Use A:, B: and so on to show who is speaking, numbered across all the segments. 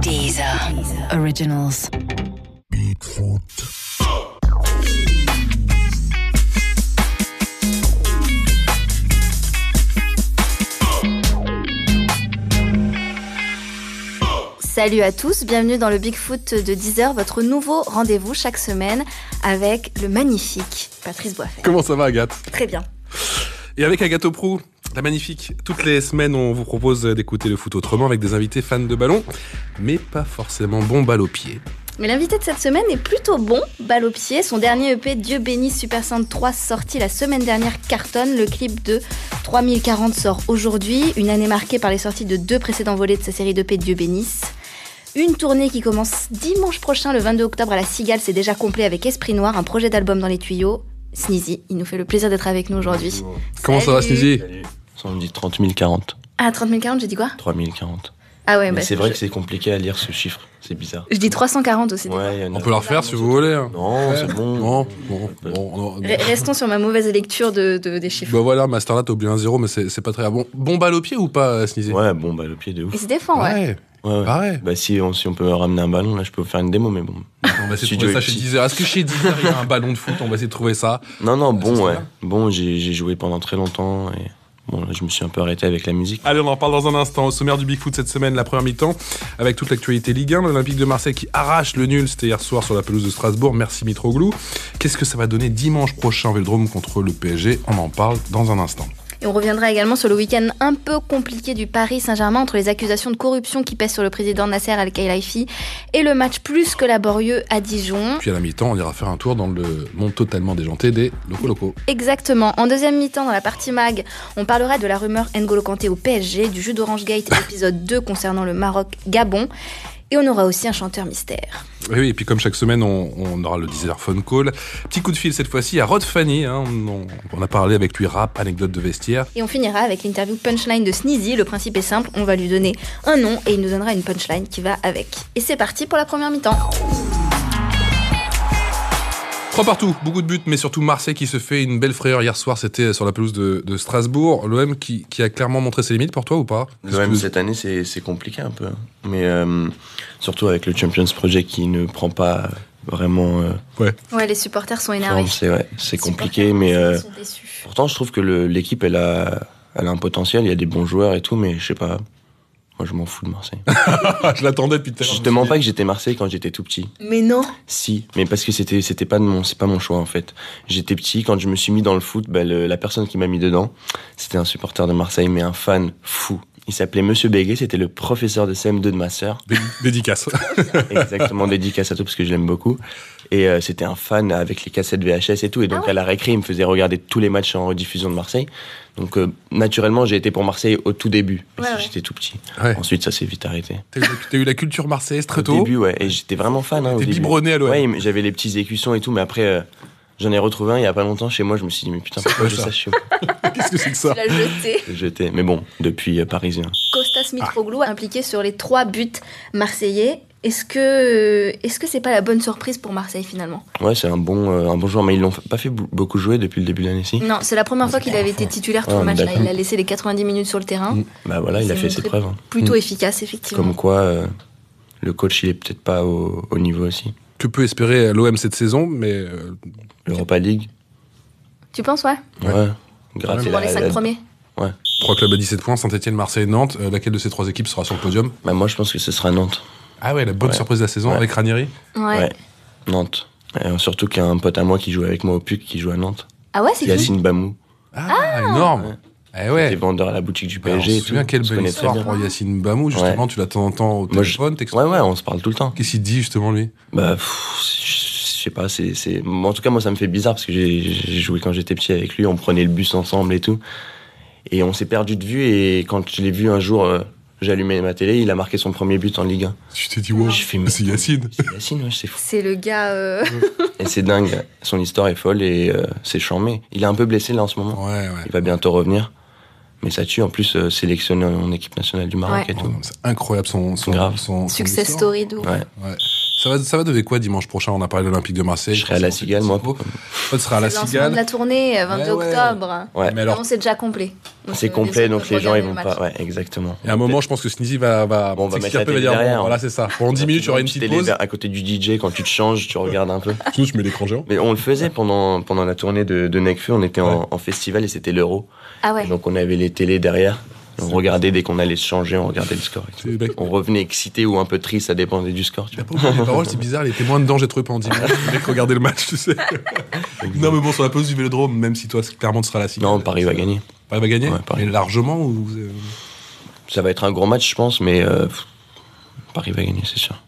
A: Deezer Originals.
B: Salut à tous, bienvenue dans le Bigfoot de 10h, votre nouveau rendez-vous chaque semaine avec le magnifique Patrice Boisfer.
C: Comment ça va, Agathe
B: Très bien.
C: Et avec Agathe Prou, la magnifique, toutes les semaines, on vous propose d'écouter le foot autrement avec des invités fans de ballon, mais pas forcément bon balle au pied.
B: Mais l'invité de cette semaine est plutôt bon, balle au pied. Son dernier EP, Dieu béni Super Sainte 3, sorti la semaine dernière, cartonne. Le clip de 3040 sort aujourd'hui, une année marquée par les sorties de deux précédents volets de sa série d'EP Dieu bénisse. Une tournée qui commence dimanche prochain, le 22 octobre, à la Cigale, c'est déjà complet avec Esprit Noir, un projet d'album dans les tuyaux. Sneezy, il nous fait le plaisir d'être avec nous aujourd'hui.
C: Comment ça va,
B: Salut.
C: Sneezy
D: Oh, Ça, on me dit 30 040.
B: Ah, 30 040, j'ai dit quoi
D: 3 040.
B: Ah ouais,
D: Mais
B: bah,
D: c'est vrai que c'est compliqué à lire ce chiffre. C'est bizarre.
B: Je dis 340 aussi.
D: Ouais, il y en a-
C: On peut la refaire si vous voulez. hein.
D: Non, c'est bon.
C: Non, bon, bon, non.
B: Re- Restons sur ma mauvaise lecture de, de- des chiffres.
C: Bah voilà, Master là, t'as oublié un zéro, mais c'est c'est pas très grave. bon. Bon balle au pied ou pas, euh, Sneezy
D: Ouais, bon, bah le pied de
B: Il
D: ouf.
B: se défend, ouais.
C: ouais.
D: Ouais, ouais.
C: pareil.
D: Bah si on, si on peut ramener un ballon, là je peux vous faire une démo, mais bon.
C: On va essayer de
D: Studio
C: trouver ça chez
D: Epsi.
C: Deezer. Est-ce que chez Deezer, il y a un ballon de foot On va essayer de trouver ça.
D: Non, non, bon,
C: ça
D: ouais.
C: va
D: Bon, j'ai j'ai joué pendant très longtemps et bon, là, je me suis un peu arrêté avec la musique.
C: Allez, on en parle dans un instant. Au sommaire du Big Foot cette semaine, la première mi-temps, avec toute l'actualité Ligue 1, l'Olympique de Marseille qui arrache le nul, c'était hier soir sur la pelouse de Strasbourg. Merci Mitroglou. Qu'est-ce que ça va donner dimanche prochain, Vélodrome contre le PSG On en parle dans un instant.
B: Et on reviendra également sur le week-end un peu compliqué du Paris Saint-Germain entre les accusations de corruption qui pèsent sur le président Nasser Al-Khelaifi et le match plus que laborieux à Dijon.
C: Puis à la mi-temps, on ira faire un tour dans le monde totalement déjanté des locaux locaux.
B: Exactement. En deuxième mi-temps, dans la partie mag, on parlera de la rumeur N'Golo Kanté au PSG, du jeu d'Orange Gate épisode 2 concernant le Maroc-Gabon. Et on aura aussi un chanteur mystère.
C: Et oui, et puis comme chaque semaine, on, on aura le Deezer Phone Call. Petit coup de fil cette fois-ci à Rod Fanny. hein. on, on- on a parlé avec lui rap, anecdote de vestiaire.
B: Et on finira avec l'interview punchline de Sneezy. Le principe est simple, on va lui donner un nom et il nous donnera une punchline qui va avec. Et c'est parti pour la première mi-temps.
C: Trois partout, beaucoup de buts, mais surtout Marseille qui se fait une belle frayeur hier soir. C'était sur la pelouse de, de Strasbourg. L'OM qui, qui a clairement montré ses limites pour toi ou pas
D: L'OM
C: Parce que-
D: cette année c'est c'est compliqué un peu. hein. Mais euh, surtout avec le Champions Project qui ne prend pas vraiment euh,
B: Ouais, les supporters sont énervés.
D: forme, c'est ouais, Oh, c'est compliqué, mais. euh, Pourtant, je trouve que le- l'équipe, elle a, elle a un potentiel, il y a des bons joueurs et tout, mais je sais pas. Moi, je m'en fous de Marseille.
C: Ah, je l'attendais depuis tout à l'heure.
D: je te mens pas que j'étais Marseille quand j'étais tout petit.
B: Mais non
D: Si, mais parce que c'était, c'était pas de mon, c'est pas mon choix en fait. J'étais petit, quand je me suis mis dans le foot, bah, le- la personne qui m'a mis dedans, c'était un supporter de Marseille, mais un fan fou. Il s'appelais Monsieur Béguet, c'était le professeur de CM2 de ma sœur.
C: Dé- Dédicace.
D: Exactement, dédicace à tout parce que je l'aime beaucoup. Et euh, c'était un fan avec les cassettes VHS et tout. Et
B: Ah
D: donc à la récré, il me faisait regarder tous les matchs en rediffusion de Marseille. Donc euh, naturellement, j'ai été pour Marseille au tout début, parce
B: Ouais,
D: que
B: ouais.
D: j'étais tout petit.
C: Ouais.
D: Ensuite, ça s'est vite arrêté.
C: T'as eu, t'as eu la culture marseillaise très
D: Au
C: tôt.
D: début, ouais. Et j'étais vraiment fan. Hein, au
C: T'es
D: début.
C: biberonné à l'OM.
D: Ouais, il me- j'avais les petits écussons et tout, mais après, euh, j'en ai retrouvé un il y a pas longtemps chez moi. Je me suis dit, mais putain, pourquoi
C: quoi
D: je
C: ça
D: ça chez moi
C: Qu'est-ce que c'est que ça
B: Tu l'as jeté.
D: J'étais. Mais bon, depuis euh, parisien.
B: Costas Mitroglou impliqué sur les trois buts marseillais. Est-ce que est-ce que c'est pas la bonne surprise pour Marseille finalement
D: Ouais, c'est un bon, euh, un bon joueur, mais ils l'ont f- pas fait bou- beaucoup jouer depuis le début de l'année, si.
B: Non, c'est la première fois qu'il avait été titulaire tout
D: Ah,
B: le match. Là.
D: d'accord.
B: Il a laissé les 90 minutes sur le terrain.
C: Mm.
D: Bah voilà, il a
B: C'est
D: fait ses
B: montré-
D: preuves. hein.
B: Plutôt efficace effectivement.
D: Comme quoi, euh, le coach, il est peut-être pas au, au niveau aussi.
C: Que peut espérer l'OM cette saison, mais euh,
D: L'Europa League,
B: Tu penses ouais
D: ouais.
C: Ouais.
D: Gratter
B: Pour
D: la-
B: les cinq
D: la-
B: premiers.
C: trois clubs à 17 points, Saint-Etienne, Marseille, Nantes. Euh, laquelle de ces trois équipes sera sur le podium
D: Bah, moi, je pense que ce sera Nantes.
C: Ah ouais, la bonne
D: Ouais.
C: surprise de la saison
D: Ouais.
C: avec Ranieri.
B: Ouais.
D: Ouais. Nantes. Euh, surtout qu'il y a un pote à moi qui joue avec moi au PUC qui joue à Nantes.
B: Ah ouais, c'est qui
D: Yacine Bamou.
C: Ah, énorme Eh
D: qui
C: ouais
D: était vendeur à la boutique du
C: Alors,
D: PSG.
C: on
D: et
C: se
D: tout.
C: souvient quelle
D: On se
C: belle
D: connaît très
C: histoire
D: bien.
C: pour Yacine Bamou, justement, tu la t'entends au
D: Moi, je-
C: téléphone, texte.
D: Ouais, ouais, on se parle tout le temps.
C: Qu'est-ce qu'il dit justement lui
D: Bah, pff, je sais pas, c'est, c'est... moi, En tout cas, moi, ça me fait bizarre parce que j'ai, j'ai joué quand j'étais petit avec lui, on prenait le bus ensemble et tout. Et on s'est perdu de vue et quand je l'ai vu un jour, euh, j'allumais ma télé, il a marqué son premier but en Ligue 1.
C: Tu t'es dit, wow,
D: Je fais, mais-
C: c'est Yacine.
D: C'est Yacine, ouais, bah, c'est fou.
B: C'est le gars. euh,
D: Et c'est dingue, son histoire est folle et euh, c'est charmé. Il est un peu blessé là en ce moment.
C: Ouais, ouais.
D: Il va bientôt revenir. Mais ça tue, en plus, euh, sélectionné en équipe nationale du Maroc
B: Ouais.
D: et
C: Oh
D: tout.
C: non, C'est incroyable son, son,
D: Grave.
C: son- son
B: Success
C: histoire.
B: story de ouf.
D: Ouais.
C: Ouais. Ça va, ça va donner quoi dimanche prochain On a parlé de l'Olympique de Marseille.
D: Je serai à la Cigale, moi.
C: On sera à la
B: le lancement de
C: Cigale.
B: la tournée, euh, 22
C: Ouais, ouais.
B: octobre.
D: Ouais.
C: Mais alors,
B: Non, c'est déjà complet. Donc,
D: C'est
B: euh,
D: complet,
B: désolé, on
D: donc
B: peut
D: les gens ils vont
B: regarder le
D: pas.
B: match.
D: Ouais, exactement.
C: il y a un moment, je pense que Sneezy va, va,
D: Bon, on va
C: s'expliquer un
D: mettre la
C: peu,
D: télé
C: va dire,
D: derrière,
C: bon, voilà,
D: hein.
C: c'est ça. Pendant 10 minutes, il y aura une petite
D: Télé
C: pause.
D: à côté du DJ, quand tu te changes, tu regardes un peu.
C: Sinon, tu mets l'écran géant.
D: Mais on le faisait pendant, pendant la tournée de, de Necfeu, on était en, en festival et c'était l'Euro.
B: Ah ouais.
D: Donc on avait les télés derrière. On regardait dès qu'on allait se changer, on regardait le score. et tout.
C: C'est le mec.
D: On revenait excité ou un peu triste, ça dépendait du score. Tu
C: Il a
D: vois.
C: pas oublié les paroles, c'est bizarre, les témoins dedans, j'ai trouvé pendant 10 minutes. Le mec regardait le match, tu sais. non, mais bon, sur la pause du vélodrome, même si toi, c'est- clairement, tu seras à la Cigale.
D: Non, Paris va gagner.
C: Paris va gagner
D: Ouais, Paris.
C: Mais largement ou... euh,
D: Ça va être un gros match, je pense, mais euh, pff, Paris va gagner, c'est sûr.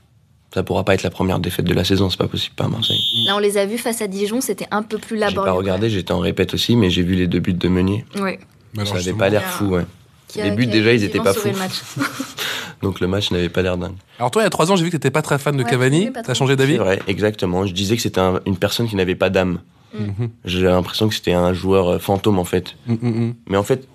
D: Ça pourra pas être la première défaite de la saison, c'est pas possible, pas à Marseille.
B: Là, on les a vus face à Dijon, c'était un peu plus
D: J'ai pas
B: laborieux.
D: regardé, j'étais en répète aussi, mais j'ai vu les deux buts de Meunier.
B: Ouais.
C: mais alors,
D: ça avait
C: justement.
D: pas l'air
B: Ah.
D: fou, ouais.
B: Qui a-
D: Les buts,
B: qui a
D: déjà, ils étaient
B: effectivement
D: pas
B: sauvé le
D: fous.
B: match.
D: Donc le match n'avait pas l'air dingue.
C: Alors toi, il y a 3 ans, j'ai vu que t'étais pas très fan de
B: Ouais,
C: Cavani.
B: j'étais pas
C: T'as
B: très
C: changé
D: C'est
C: d'avis
D: vrai, exactement. Je disais que c'était un- une personne qui n'avait pas d'âme.
C: Mhm.
D: J'ai l'impression que c'était un joueur euh, fantôme, en fait.
C: Mm, mm, mm.
D: Mais en fait,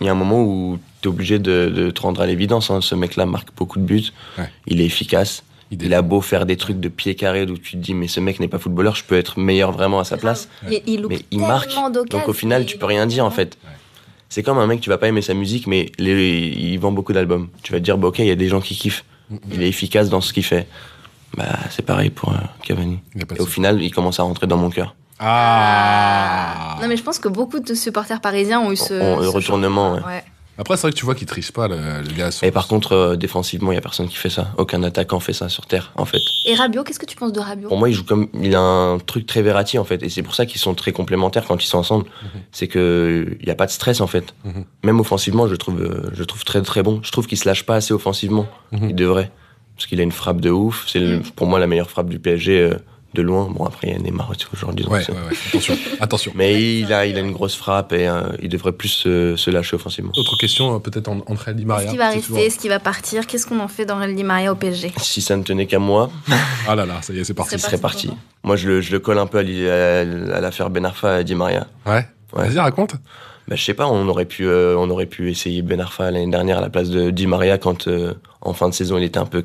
D: il y a un moment où tu es obligé de, de te rendre à l'évidence. hein. Ce mec-là marque beaucoup de buts.
C: Ouais.
D: Il est efficace.
C: Il
D: Il,
C: est-
D: a beau faire des trucs de pied carré où tu te dis, mais ce mec n'est pas footballeur, je peux être meilleur vraiment à sa place.
B: Il, il loupe
D: Mais il marque.
B: tellement d'occasions.
D: Donc au final, tu peux rien dire en fait. C'est comme un mec, tu vas pas aimer sa musique, mais les- il vend beaucoup d'albums. Tu vas te dire, bah, ok, il y a des gens qui kiffent. Il est efficace dans ce qu'il fait. Bah, c'est pareil pour euh, Cavani.
C: Il y a pas de
D: Et au
C: souci.
D: final, il commence à rentrer dans mon cœur.
C: Ah
B: Non, mais je pense que beaucoup de supporters parisiens ont eu ce.
D: On- on-
B: ce
D: retournement,
B: choc. Ouais.
C: Après, c'est vrai que tu vois qu'il triche pas, le, le gars.
D: Et par contre, euh, défensivement, il y a personne qui fait ça. Aucun attaquant fait ça sur terre, en fait.
B: Et Rabiot, qu'est-ce que tu penses de Rabiot
D: Pour moi, il joue comme il a un truc très Verratti en fait, et c'est pour ça qu'ils sont très complémentaires quand ils sont ensemble. C'est que il y a pas de stress en fait.
C: Mhm.
D: Même offensivement, je le trouve, euh, je le trouve très très bon. Je trouve qu'il se lâche pas assez offensivement.
C: Mhm.
D: Il devrait, parce qu'il a une frappe de ouf. C'est le- pour moi la meilleure frappe du PSG euh, de loin. Bon après il y a Neymar aussi aujourd'hui. donc
C: Ouais,
D: c'est-
C: ouais, ouais. Attention, attention.
D: Mais il a, il a une grosse frappe et euh, il devrait plus se, se lâcher offensivement.
C: Autre question, euh, peut-être en, entre Di Maria.
B: Est-ce qu'il va
C: c'est
B: rester Est-ce qu'il va partir Qu'est-ce qu'on en fait dans Real Di Maria au PSG
D: Si ça ne tenait qu'à moi,
C: toujours- Ah là là, ça y est, c'est parti.
D: il serait
B: parti
D: parti.
B: pour
D: Moi je le, je le colle un peu à l'i- à à l'affaire Ben Arfa et Di Maria.
C: Ouais.
D: Ouais.
C: Vas-y, raconte.
D: Bah, je sais pas, on aurait pu, euh, on aurait pu essayer Ben Arfa l'année dernière à la place de Di Maria quand euh, en fin de saison il était un peu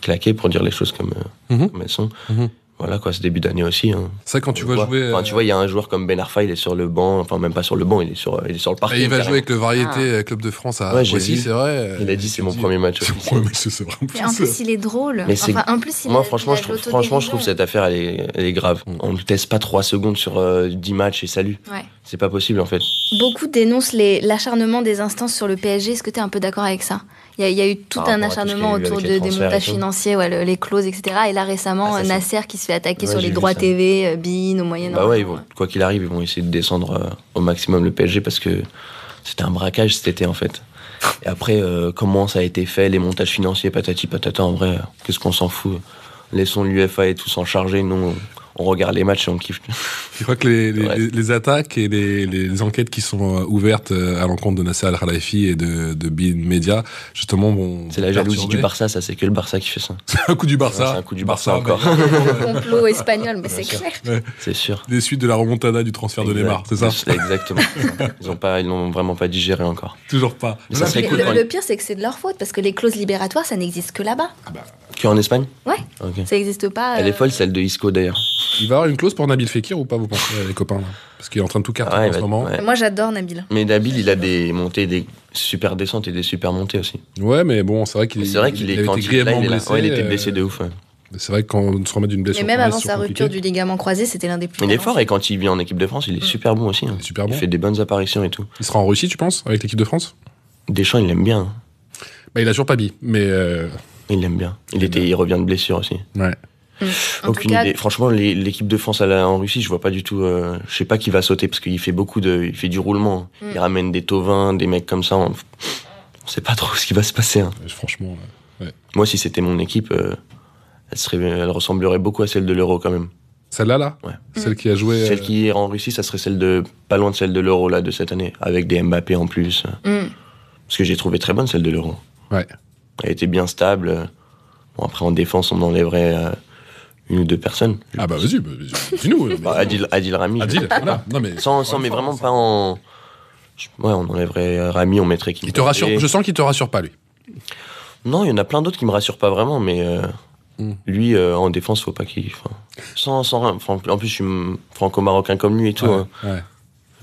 D: claqué pour dire les choses comme, euh,
C: Mhm.
D: comme elles sont.
C: Mhm.
D: Voilà quoi, ce début d'année aussi. hein.
C: C'est vrai, quand tu
D: On
C: vas
D: voit.
C: jouer.
D: Enfin, tu
C: euh,
D: vois, il y a un joueur comme Ben Arfa, il est sur le banc, enfin même pas sur le banc, il est sur, euh, il est sur le parquet.
C: Et bah, il va
D: carrément.
C: jouer avec le Variété euh, Club de France à
D: Ouais, j'ai
C: Poissy,
D: vu.
C: c'est vrai.
D: Il a dit c'est mon premier match.
C: C'est mon
D: officiel.
C: premier match, c'est vrai. en
B: Mais en
C: plus,
B: plus, il est drôle.
D: Mais c'est-
B: enfin, en plus, il
D: Moi,
B: a-
D: franchement,
B: il a
D: je trouve,
B: l'autodérision.
D: franchement, je trouve cette affaire, elle est, elle est grave.
C: Mm.
D: On ne teste pas trois secondes sur euh, 10 matchs et salut.
B: Ouais.
D: C'est pas possible, en fait.
B: Beaucoup dénoncent les- l'acharnement des instances sur le PSG. Est-ce que tu es un peu d'accord avec ça il y, a, il y a eu tout
D: Par
B: un
D: rapport à tout ce
B: acharnement
D: qu'il y a eu
B: autour
D: avec
B: de, des
D: les transferts et
B: montages
D: tout.
B: financiers, ouais, le- les clauses, etc. Et là récemment,
D: Ah, ça, c'est-
B: Nasser qui se fait attaquer
D: Ouais,
B: sur
D: j'ai
B: les
D: vu
B: droits
D: ça.
B: TV, euh, BIN au Moyen-Orient.
D: Bah ouais, ils vont, quoi qu'il arrive, ils vont essayer de descendre euh, au maximum le PSG parce que c'était un braquage cet été en fait. Et après, euh, comment ça a été fait, les montages financiers, patati patata, en vrai, euh, qu'est-ce qu'on s'en fout Laissons l'UFA et tout s'en charger, nous on, on regarde les matchs et on kiffe.
C: Je crois que les, les,
D: Ouais.
C: les- les attaques et les, les enquêtes qui sont euh, ouvertes euh, à l'encontre de Nasser Al-Khalafi et de, de Bin Media, justement, vont.
D: C'est la jalousie
C: perturber.
D: du Barça, ça c'est que le Barça qui fait ça.
C: C'est un coup du Barça.
D: Ouais, c'est un coup du Barça encore.
B: Euh, Le complot espagnol, mais c'est clair.
D: C'est sûr.
C: Des suites de la remontada du transfert de Neymar, c'est ça
D: Exactement. Ils ont pas, ils l'ont vraiment pas digéré encore.
C: Toujours pas.
D: Mais ça serait
B: Mais
D: cool
B: le,
D: quand
B: le
D: même.
B: pire, c'est que c'est de leur faute parce que les clauses libératoires, ça n'existe que là-bas.
D: Que en Espagne
B: Ouais,
D: Ok.
B: ça n'existe pas.
D: Elle est
B: euh,
D: folle celle de Isco d'ailleurs.
C: Il va y avoir une clause pour Nabil Fekir ou pas, vous pensez, euh, les copains là Parce qu'il est en train de tout cartonner
D: Ouais,
C: en ce
D: bah,
C: moment.
D: ouais.
B: Moi, j'adore Nabil.
D: Mais Nabil, il a des montées, des super descentes et des super montées aussi.
C: Ouais, mais bon, c'est vrai qu'il
D: Mais C'est vrai qu'il
C: il
D: est
C: avait
D: quand
C: été
D: il, est là,
C: grièvement
D: il est là.
C: blessé.
D: Ouais, il était
C: euh,
D: blessé de ouf. ouais.
C: C'est vrai que quand on se remet d'une blessure.
B: Mais même
C: qu'on
B: avant
C: blessure
B: sa
C: compliquée,
B: rupture du ligament croisé, c'était l'un des plus.
D: Il est
B: grands.
D: fort et quand il vient en équipe de France, il est super bon aussi. hein.
C: il est Super
D: Il
C: bon.
D: fait des bonnes apparitions et tout.
C: Il sera en Russie, tu penses, avec l'équipe de France
D: Deschamps, il l'aime bien. hein.
C: Bah, il a toujours pas mis, mais. euh,
D: Il l'aime bien. Il,
C: Il
D: était, il revient de blessure aussi.
C: Ouais.
B: En
D: Aucune
B: tout cas,
D: idée. Franchement, les- l'équipe de France à la- en Russie, je vois pas du tout. euh, je sais pas qui va sauter parce qu'il fait beaucoup de, il fait du roulement.
B: Mm.
D: Il ramène des Tovins, des mecs comme ça. On, on sait pas trop ce qui va se passer. hein.
C: Franchement.
D: Moi, si c'était mon équipe, euh, elle serait, elle ressemblerait beaucoup à celle de l'Euro quand même.
C: Celle-là, là
D: Ouais.
C: Celle qui a joué.
D: Celle
C: euh,
D: qui est en Russie, ça serait celle de pas loin de celle de l'Euro là de cette année, avec des Mbappé en plus.
B: Mm.
D: Parce que j'ai trouvé très bonne celle de l'Euro.
C: Ouais.
D: Elle était bien stable. Bon, après, en défense, on enlèverait euh, une ou deux personnes.
C: Ah bah vas-y, bah, dis-nous. euh,
D: Bah, Adil, Adil Rami.
C: Adil, voilà. Non, mais.
D: Sans, sans, mais vraiment pas en. je- Ouais, on enlèverait euh, Rami, on mettrait qui
C: Il te rassure, je sens qu'il te rassure pas, lui.
D: Non, il y en a plein d'autres qui me rassurent pas vraiment, mais euh,
C: Mm.
D: Lui, euh, en défense, faut pas qu'il. enfin, Sans, sans rien. Enfin, en plus, je suis m- franco-marocain comme lui et tout. hein.
C: Ouais, ouais.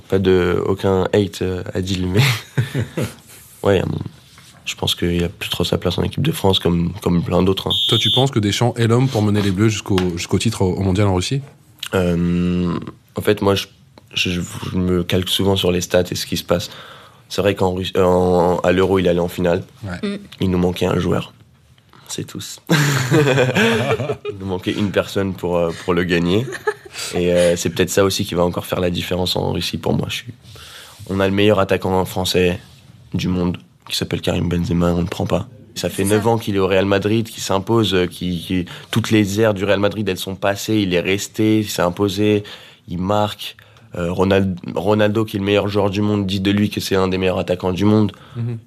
D: Pas de aucun hate euh, à dire, mais. ouais, euh, je pense qu'il n'y a plus trop sa place en équipe de France comme, comme plein d'autres. hein.
C: Toi, tu penses que Deschamps est l'homme pour mener les Bleus jusqu'au jusqu'au titre au, au mondial en Russie
D: Euh, en fait, moi, je, je- je me calque souvent sur les stats et ce qui se passe. C'est vrai qu'en Russie- euh, en- à l'Euro, il allait en finale.
C: Ouais.
B: Mm.
D: Il nous manquait un joueur. C'est tous. il nous manquait une personne pour, euh, pour le gagner. Et euh, c'est peut-être ça aussi qui va encore faire la différence en Russie pour moi. Je suis... On a le meilleur attaquant français du monde qui s'appelle Karim Benzema, on ne prend pas. Ça fait
B: C'est ça.
D: 9 ans qu'il est au Real Madrid, qu'il s'impose, euh, qui, qui- toutes les aires du Real Madrid, elles sont passées, il est resté, il s'est imposé, il marque. Euh, Ronald- Ronaldo, qui est le meilleur joueur du monde, dit de lui que c'est un des meilleurs attaquants du monde.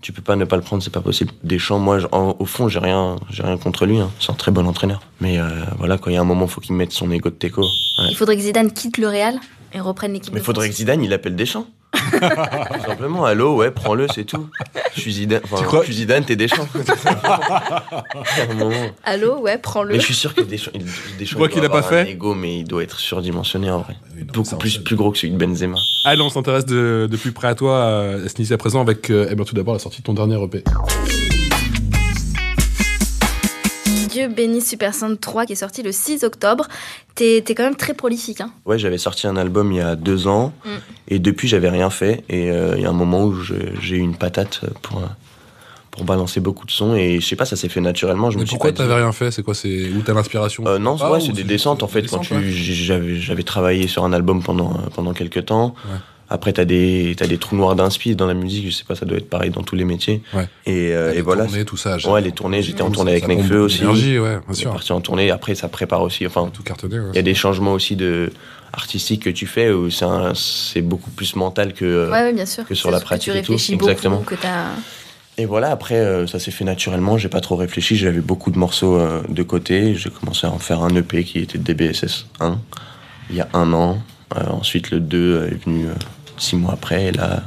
D: Tu peux pas ne pas le prendre, c'est pas possible. Deschamps, moi, je- en- au fond, j'ai rien, j'ai rien contre lui. hein. C'est un très bon entraîneur. Mais euh, voilà, quand il y a un moment, faut qu'il mette son ego de teco. Ouais.
B: Il faudrait que Zidane quitte le Real et reprenne l'équipe.
D: Mais
B: de
D: faudrait que
B: France.
D: Zidane, il appelle Deschamps. Tout simplement, allô, ouais, prends-le, c'est tout. Je suis Zidane, enfin,
C: Tu crois-
D: je suis Zidane, t'es Deschamps. Un moment.
B: Allô, ouais, prends-le.
D: mais je suis sûr que Deschamps, il, Deschamps,
C: vois
D: il doit
C: qu'il l'a pas
D: avoir
C: fait
D: un ego, mais il doit être surdimensionné en vrai.
C: oui, non, ça,
D: Beaucoup
C: on
D: plus,
C: sait.
D: plus gros que celui de Benzema.
C: Allez, on s'intéresse de, de plus près à toi, euh, à ce à présent, avec euh, eh bien, tout d'abord la sortie de ton dernier EP.
B: Dieu bénisse Super Saint 3 qui est sorti le 6 octobre. T'es t'es quand même très prolifique. Hein.
D: Ouais, j'avais sorti un album il y a deux ans
B: Mm.
D: et depuis j'avais rien fait. Et euh, il y a un moment où je- j'ai eu une patate pour, euh, pour balancer beaucoup de sons et je sais pas, ça s'est fait naturellement. Je me
C: Mais
D: suis
C: pourquoi
D: pas dit-
C: t'avais rien fait C'est quoi c'est Où t'as l'inspiration
D: Euh, non,
C: Ah,
D: ouais,
C: ou
D: c'est des
C: c'est-
D: descentes en
C: c'est
D: fait.
C: des
D: Quand
C: descentes,
D: tu- j'ai- j'avais, j'avais travaillé sur un album pendant, euh, pendant quelques temps.
C: Ouais.
D: Après, t'as des, t'as des trous noirs d'inspi dans la musique, je sais pas, ça doit être pareil dans tous les métiers.
C: Ouais.
D: Et, euh, et
C: Les
D: voilà.
C: tournées, tout ça.
D: Ouais, les tournées, j'étais en
C: Ça-
D: tournée
C: ça
D: avec
C: pompe
D: Nekfeu
C: beaucoup
D: aussi.
C: d'énergie, ouais, bien
D: On est
C: sûr.
D: parti en tournée, après ça prépare aussi. Enfin,
C: Tout cartonné.
D: il y a
C: Ouais.
D: des changements aussi de artistiques que tu fais où c'est, un- c'est beaucoup plus mental que. euh,
B: Ouais, ouais, bien sûr.
D: que sur la
B: C'est ce
D: pratique
B: tu
D: et tout,
B: réfléchis
D: exactement.
B: beaucoup, que t'as.
D: Et voilà, après, euh, ça s'est fait naturellement, j'ai pas trop réfléchi, j'avais beaucoup de morceaux euh, de côté, j'ai commencé à en faire un EP qui était DBSS 1, il y a un an, Euh, ensuite le 2 est venu euh, six mois après, et là,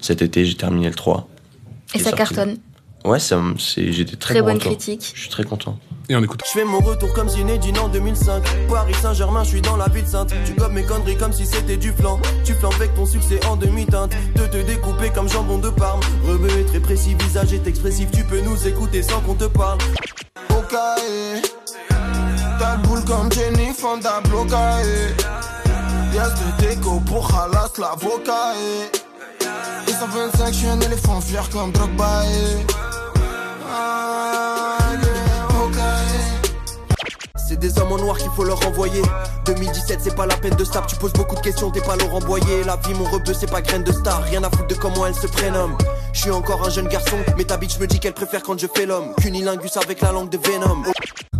D: cet été, j'ai terminé le 3.
B: Et
D: J'ai
B: ça
D: sorti.
B: cartonne.
D: Ouais, ça me- c'est- j'ai des très,
B: Très
D: bons
B: bonne
D: retours.
B: critique.
D: Je suis très content.
C: Et on écoute.
E: Je fais mon retour comme Zinedine en 2005 Paris Saint-Germain, je suis dans la ville sainte Tu gobes mes conneries comme si c'était du flan Tu flanques avec ton succès en demi-teinte De te découper comme jambon de parme Rebeu est très précis, visage est expressif Tu peux nous écouter sans qu'on te parle
F: Okae. T'as le eh. boule comme Jenny Fonda blocae. Yes de déco pour Halas l'avocat. eh. 125, je suis un éléphant fier comme Drogba. eh. Ah, yeah, Okae.
E: C'est des hommes en noir qu'il faut leur envoyer 2017 c'est pas la peine de stab Tu poses beaucoup de questions, t'es pas Laurent Boyer La vie mon rebeu c'est pas graine de star Rien à foutre de comment elle se prénomme Je suis encore un jeune garçon Mais ta bitch me dit qu'elle préfère quand je fais l'homme Cunilingus avec la langue de Venom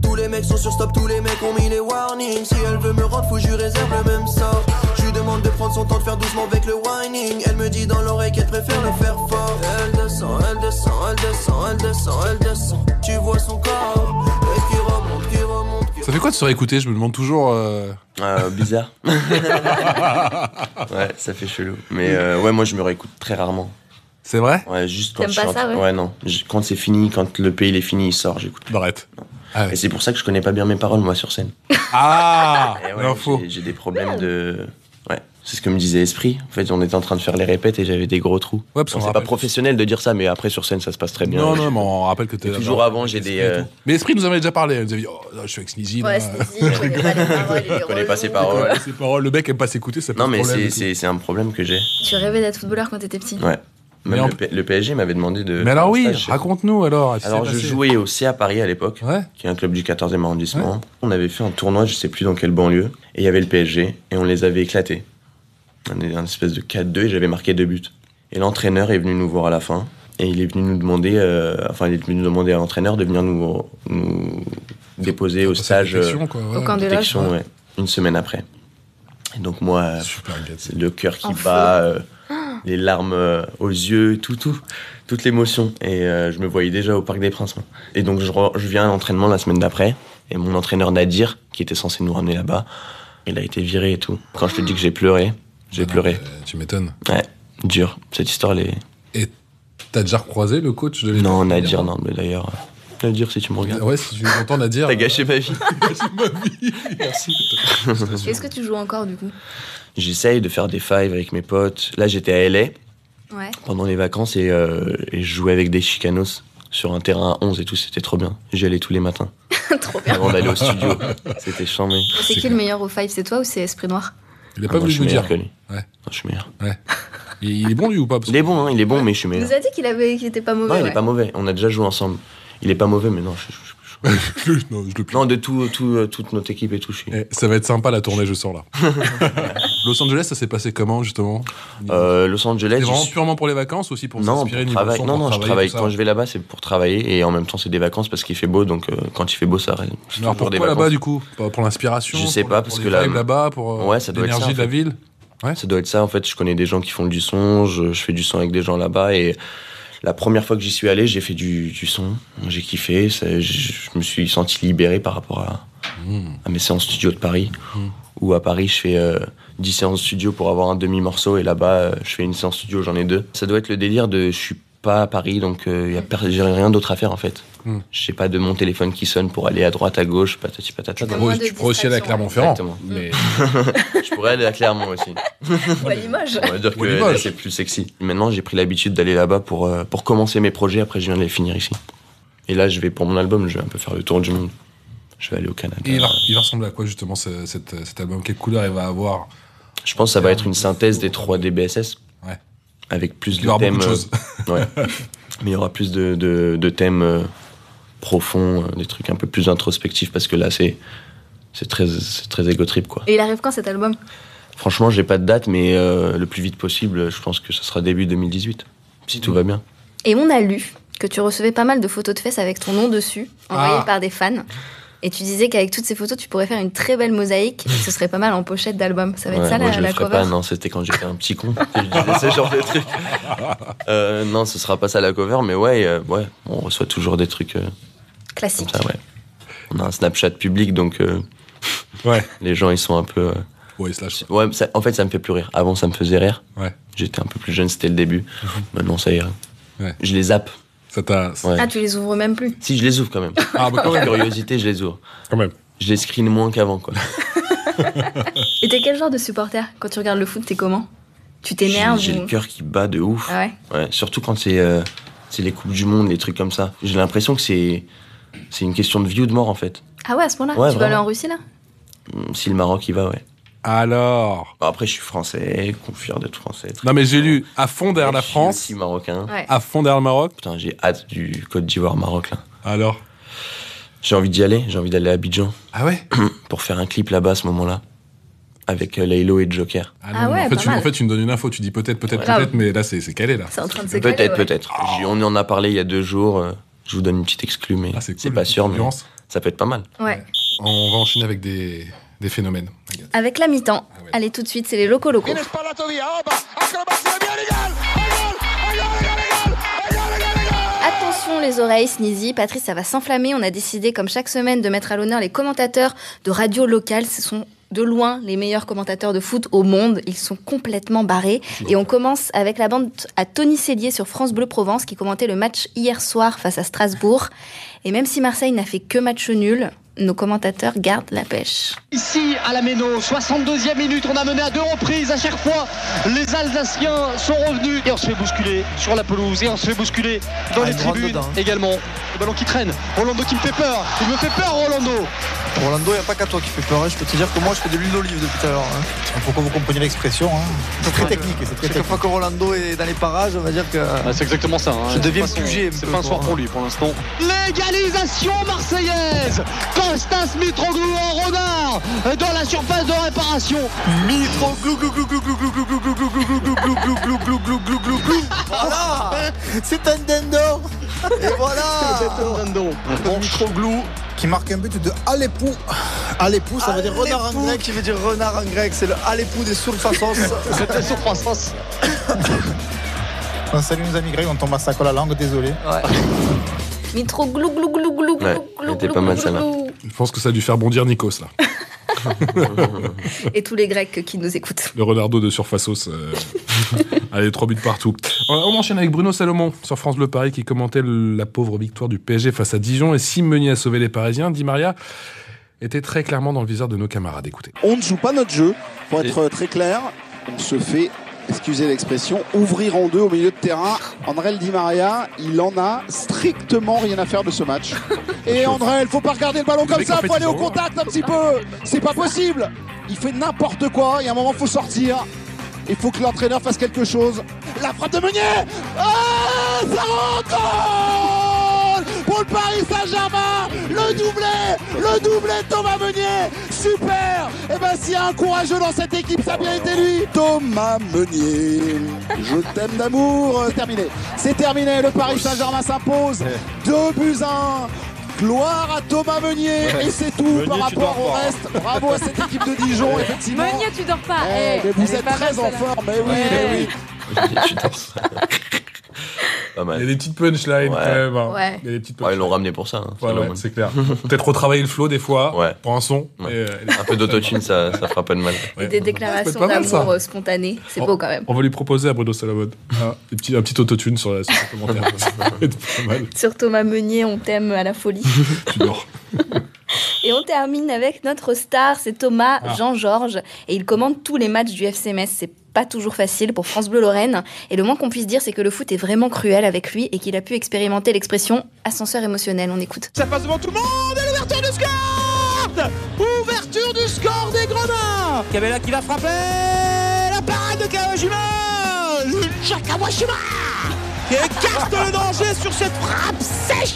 E: Tous les mecs sont sur stop, tous les mecs ont mis les warnings Si elle veut me rendre fou, je lui réserve le même sort Je lui demande de prendre son temps, de faire doucement avec le whining Elle me dit dans l'oreille qu'elle préfère le faire fort Elle descend, elle descend, elle descend, elle descend, elle descend Tu vois son corps, et qui remonte, qui remonte, qui
C: Ça fait quoi de se réécouter Je me demande toujours. euh,
D: Euh, bizarre. ouais, ça fait chelou. Mais euh, ouais, moi je me réécoute très rarement.
C: C'est vrai
D: Ouais, juste quand
B: T'aimes
D: je suis
B: pas
D: en-
B: ça, ouais.
D: non. Je- Quand c'est fini, quand le pays il est fini, il sort, j'écoute.
C: Non, Arrête. Ah, ouais.
D: Et c'est pour ça que je connais pas bien mes paroles, moi, sur scène.
C: ah
D: Eh ouais,
C: l'info.
D: j'ai- J'ai des problèmes de. Ouais, c'est ce que me disait Esprit. En fait, on était en train de faire les répètes et j'avais des gros trous.
C: Ouais, parce
D: Bon,
C: qu'on
D: c'est pas
C: rappelle-
D: professionnel de dire ça, mais après sur scène, ça se passe très bien.
C: Non,
D: Je-
C: non, mais on rappelle que t'es.
D: Toujours avant, j'ai des. euh,
C: Mais Esprit nous en avait déjà parlé. Elle nous avait dit Oh, là, je suis avec Sneezy. là.
B: Ouais, Sneezy, je connais pas les paroles, il est
D: Je connais pas ses
B: relou.
D: paroles. ouais.
C: Ses paroles, le mec aime pas s'écouter, ça fait
D: Non, mais
C: problème.
D: c'est-
C: et tout.
D: c'est c'est un problème que j'ai.
B: Tu rêvais d'être footballeur quand t'étais petit.
D: Ouais.
C: Mais
D: Même
C: en-
D: le, P- le PSG m'avait demandé de.
C: Mais alors, oui,
D: un stage.
C: raconte-nous alors. c'est
D: Alors, je
C: passé.
D: jouais au CA Paris à l'époque.
C: Ouais.
D: qui est un club du 14e arrondissement. On avait fait un tournoi, je sais plus dans quelle banlieue, et il y avait le PSG, et on les avait éclatés. On est un espèce de 4-2, et j'avais marqué deux buts. Et l'entraîneur est venu nous voir à la fin, et il est venu nous demander, euh, enfin, il est venu demander à l'entraîneur de venir nous, nous déposer au
C: Passer
D: stage
C: la
D: euh,
C: protection, quoi, ouais.
B: Au camp de l'âge.
D: protection, ouais, une semaine après. Et donc, moi, euh,
C: Ah, Super gâté.
D: c'est le cœur qui
B: En
D: bat, euh, les larmes euh, aux yeux, tout, tout, toute l'émotion. Et euh, je me voyais déjà au Parc des Princes. moi. Et donc je, re- je viens à l'entraînement la semaine d'après, et mon entraîneur Nadir, qui était censé nous ramener là-bas, il a été viré et tout. Quand je te dis que j'ai pleuré, j'ai
C: Ah,
D: pleuré.
C: euh, Tu m'étonnes.
D: Ouais, dur. Cette histoire, elle est...
C: Et t'as déjà croisé le coach de l'époque
D: Non, Nadir, non, mais d'ailleurs, euh, à dire si tu me regardes.
C: Ouais, si tu m'entends à dire.
D: T'as gâché ma vie.
B: Est-ce que tu joues encore du coup
D: J'essaye de faire des fives avec mes potes. Là, j'étais à LA
B: Ouais.
D: pendant les vacances et, euh, et je jouais avec des chicanos sur un terrain à 11 et tout. C'était trop bien. J'y allais tous les matins
B: Trop bien.
D: avant d'aller au studio. C'était chambé.
B: C'est qui le meilleur au five C'est toi ou c'est Esprit Noir
C: Il a
D: Ah
C: pas
D: non,
C: voulu
D: je suis
C: nous
D: meilleur
C: dire.
D: que lui.
C: Ouais.
D: Non, je suis meilleur.
C: Il il est bon lui ou pas Parce
D: Il est bon, hein, il est bon, mais je suis
B: Il
D: meilleur.
B: nous a dit qu'il avait... qu'il était pas mauvais.
D: Non, il est
B: ouais.
D: pas mauvais. On a déjà joué ensemble. Il est pas mauvais, mais non, je, je- je- je-
C: que- non, je le plains.
D: non de tout, tout, euh, toute notre équipe et tout, je suis.
C: Eh, ça va être sympa la tournée, je sens là. Los Angeles, ça s'est passé comment justement
D: Euh, Los Angeles,
C: C'est
D: je
C: vraiment
D: suis-
C: purement pour les vacances aussi pour
D: non,
C: s'inspirer
D: pour
C: niveau
D: travail.
C: son,
D: non,
C: pour
D: non, je
C: travailler,
D: travaille
C: tout ça.
D: quand je vais là-bas, c'est pour travailler et en même temps c'est des vacances parce qu'il fait beau, donc euh, quand il fait beau, ça reste c'est
C: Alors
D: toujours des
C: pourquoi là-bas
D: vacances.
C: du coup Pas Pour l'inspiration
D: Je sais
C: pour-
D: pas,
C: pour
D: parce
C: les
D: que la-
C: vibes là-bas, pour euh,
D: Ouais, ça doit être ça,
C: l'énergie
D: en
C: de la
D: fait.
C: ville
D: Ça doit être ça. En fait, je connais des gens qui font du son. Je, je fais du son avec des gens là-bas. Et la première fois que j'y suis allé, j'ai fait du, du son. J'ai kiffé. ça- je, je me suis senti libéré par rapport à, à mes séances studio de Paris. Où à Paris, je fais euh, 10 séances studio pour avoir un demi-morceau. Et là-bas, euh, je fais une séance studio, j'en ai deux. Ça doit être le délire de je suis pas à Paris, donc euh, y a per- j'ai rien d'autre à faire en fait.
C: Mm.
D: J'ai pas de mon téléphone qui sonne pour aller à droite, à gauche, patati patata.
B: T'as moins de
C: Tu pourrais aussi aller à
B: distractions,
C: Clermont-Ferrand.
D: Exactement.
C: Mais
D: Je pourrais aller à Clermont aussi.
B: Ou à Limoges.
D: On va dire
C: Ou
D: que
C: les
D: là,
C: moches.
D: c'est plus sexy. Maintenant, j'ai pris l'habitude d'aller là-bas pour, euh, pour commencer mes projets, après je viens de les finir ici. Et là, je vais pour mon album, je vais un peu faire le tour du monde. Je vais aller au Canada.
C: Et il va, il va ressembler à quoi justement ce- cette- cet album Quelle couleur il va avoir
D: Je pense que ça va être une synthèse des 3 DBSS.
C: Ouais.
D: Avec
C: Il
D: plus
C: va
D: de
C: avoir
D: thèmes.
C: beaucoup de
D: euh,
C: choses.
D: ouais. Mais il y aura plus de, de, de thèmes euh, profonds, euh, des trucs un peu plus introspectifs, parce que là, c'est. C'est très, c'est très égo trip quoi.
B: Et il arrive quand cet album
D: Franchement, j'ai pas de date, mais euh, le plus vite possible, je pense que ce sera début 2018, si
C: Mm.
D: tout va bien.
B: Et on a lu que tu recevais pas mal de photos de fesses avec ton nom dessus, envoyées
C: Ah.
B: par des fans. Et tu disais qu'avec toutes ces photos, tu pourrais faire une très belle mosaïque. et que ce serait pas mal en pochette d'album. Ça va être
D: Ouais,
B: ça
D: moi,
B: la,
D: je le
B: la
D: ferai
B: cover.
D: pas, non, c'était quand j'étais un petit con. que je disais ce genre de truc. Euh, non, ce sera pas ça la cover, mais ouais, euh, ouais, on reçoit toujours des trucs euh, comme
B: Classique.
D: ça, ouais. On a un Snapchat public, donc euh,
C: Ouais.
D: les gens, ils sont un peu. euh,
C: Ouais, il se lâche.
D: Ouais, ça- en fait, ça me fait plus rire. Avant, ça me faisait rire.
C: Ouais.
D: J'étais un peu plus jeune, c'était le début. Maintenant, ça y est.
C: Ouais.
D: Je les zappe.
C: Ça t'a.
D: Ouais.
B: Ah, tu les ouvres même plus.
D: Si, je les ouvre quand même.
C: Ah, bah quand
D: Par
C: même.
D: curiosité, je les ouvre.
C: Quand même.
D: Je les screen moins qu'avant, quoi.
B: Et t'es quel genre de supporter Quand tu regardes le foot, t'es comment Tu
D: J'ai
B: t'énerves
D: j'ai
B: ou-
D: le cœur qui bat de ouf.
B: Ah ouais
D: Ouais, surtout quand c'est euh, c'est les Coupes du Monde, les trucs comme ça. J'ai l'impression que c'est c'est une question de vie ou de mort en fait.
B: Ah ouais, à ce moment-là
D: Ouais,
B: Tu vas aller
D: vraiment.
B: en Russie là
D: Mm, Si le Maroc y va, ouais.
C: Alors.
D: Bon, après, je suis français, confiant d'être français.
C: Non, mais j'ai lu à fond derrière la
D: Je suis
C: France,
D: aussi marocain.
B: Ouais.
C: à fond derrière le Maroc.
D: Putain, j'ai hâte du Côte d'Ivoire-Maroc là.
C: Alors.
D: J'ai envie d'y aller, j'ai envie d'aller à Abidjan
C: Ah ouais
D: pour faire un clip là-bas à ce moment-là. Avec euh, Laylo et Joker.
C: non,
B: Ah
C: non,
B: ouais,
C: en, fait,
B: pas
C: tu, en
B: mal.
C: fait, tu me donnes une info, tu dis peut-être, peut-être,
B: Ouais.
C: peut-être,
B: Grave.
C: mais là, c'est c'est calé là.
B: C'est en train de se caler,
D: Peut-être,
B: ouais.
D: peut-être. J'ai- On en a parlé il y a deux jours. euh, Je vous donne une petite exclue, mais
C: Ah,
D: c'est
C: cool,
D: pas
C: la
D: sûr, mais
C: concurrence.
D: ça peut être pas mal.
B: Ouais.
C: On va enchaîner avec des, des phénomènes. Agathe.
B: Avec la mi-temps.
C: Ah ouais.
B: Allez, tout de suite, c'est les locaux locaux. Attention les oreilles, Sneezy, Patrice, ça va s'enflammer. On a décidé, comme chaque semaine, de mettre à l'honneur les commentateurs de radio locales. Ce sont de loin les meilleurs commentateurs de foot au monde. Ils sont complètement barrés. Et on commence avec la bande à Tony Cellier sur France Bleu Provence qui commentait le match hier soir face à Strasbourg. Et même si Marseille n'a fait que match nul, nos commentateurs gardent la pêche.
G: Ici à la Méno, 62e minute, on a mené à deux reprises. À chaque fois, les Alsaciens sont revenus et on se fait bousculer sur la pelouse et on se fait bousculer dans
E: Ah,
G: les
E: une droite
G: tribunes
E: dedans, hein.
G: également. Le ballon qui traîne, Rolando qui me fait peur, il me fait peur Rolando.
E: Rolando, il a pas qu'à toi qui fait peur. hein. Je peux te dire que moi, je fais de l'huile d'olive depuis tout à l'heure. hein. Pourquoi vous comprenez l'expression C'est très technique. C'est très Chaque fois que Rolando est dans les parages, on va dire que.
G: Ah, c'est exactement ça. hein.
E: Je deviens
G: De toute façon,
E: jugé un
G: C'est
E: peu,
G: pas un soir
E: quoi.
G: pour lui pour l'instant. L'égalisation marseillaise Costas Mitroglou en renard
F: eh.
G: dans la surface de réparation.
E: Mitro glou glou glou glou glou glou glou glou glou glou glou glou glou glou glou glou glou glou glou glou Voilà C'est un dindon Et voilà
G: Mitro glou.
H: qui marque un but de Aleppo. Aleppo, ça veut dire renard en
E: Alépou,
H: grec.
E: qui veut dire renard en grec, c'est le Aleppo des surfaçons.
G: C'était sur croissance.
H: On salue nos amis grecs, on tombe à sac à la langue, désolé.
B: Mitro glou glou glou glou glou
D: Ouais,
B: glou
D: elle était
B: glou
D: pas mal,
B: glou
D: celle-là.
B: glou.
C: Je pense que ça a dû faire bondir Nikos là.
B: Et tous les Grecs qui nous écoutent.
C: Le Ronaldo de Surfasos. euh, Allez, trois buts partout. On, on enchaîne avec Bruno Salomon sur France Le Paris qui commentait le- la pauvre victoire du PSG face à Dijon. Et si Meunier a sauvé les Parisiens, Di Maria était très clairement dans le viseur de nos camarades. Écoutez.
I: On ne joue pas notre jeu. Pour être euh, très clair, on se fait, excusez l'expression, ouvrir en deux au milieu de terrain. André Di Maria, il en a strictement rien à faire de ce match. Et André, il faut pas regarder le ballon comme
C: mec, en
I: ça,
C: fait,
I: faut aller
C: il
I: au
C: s'en va.
I: contact un petit peu. C'est pas possible. Il fait n'importe quoi. Il y a un moment, faut sortir. Il faut que l'entraîneur fasse quelque chose. La frappe de Meunier Ah Ça rentre Goal Pour le Paris Saint-Germain Le doublé Le doublé de Thomas Meunier Super Et ben s'il y a un courageux dans cette équipe, ça a bien été lui Thomas Meunier Je t'aime d'amour C'est terminé C'est terminé Le Paris Saint-Germain s'impose 2 buts à 1 Gloire à Thomas Meunier Et c'est tout par rapport au reste Bravo à cette équipe de Dijon, effectivement
J: Meunier, tu dors pas.
I: eh, mais
J: elle
I: vous
J: est
I: êtes
J: pas mal,
I: très en
J: celle-là.
I: forme, mais oui,
J: Ouais.
I: mais oui.
D: Tu dors.
C: Il
D: Pas
C: y a
D: mal.
C: des petites punchlines
D: Ouais.
C: quand même. hein.
B: Ouais.
C: Il y a des petites
D: Ouais, ils
C: punchlines.
D: l'ont ramené pour ça. hein,
C: Ouais, ouais,
D: Salomon.
C: c'est clair. Peut-être retravailler le flow des fois
D: Ouais.
C: pour un son.
D: Ouais.
C: et, euh,
D: Un peu d'autotune, ça, ça fera pas de mal.
C: ouais.
B: Des
C: C'est
B: déclarations
C: pas mal, ça.
B: d'amour euh, spontanées. C'est beau quand même.
C: On va lui proposer à Bruno Salomon hein, des petits- un petit autotune sur, la- sur le commentaire. Ça va être pas mal.
B: Sur Thomas Meunier, on t'aime à la folie.
C: Tu dors.
B: Et on termine avec notre star, c'est Thomas
C: Ah.
B: Jean-Georges. Et il commande tous les matchs du FC Metz. C'est pas toujours facile pour France Bleu Lorraine. Et le moins qu'on puisse dire, c'est que le foot est vraiment cruel avec lui et qu'il a pu expérimenter l'expression ascenseur émotionnel. On écoute.
G: Ça passe devant tout le monde et l'ouverture du score Ouverture du score des Grenats Cabella qui va frapper La parade de Kawashima Le Jakawashima Qui écarte le danger sur cette frappe sèche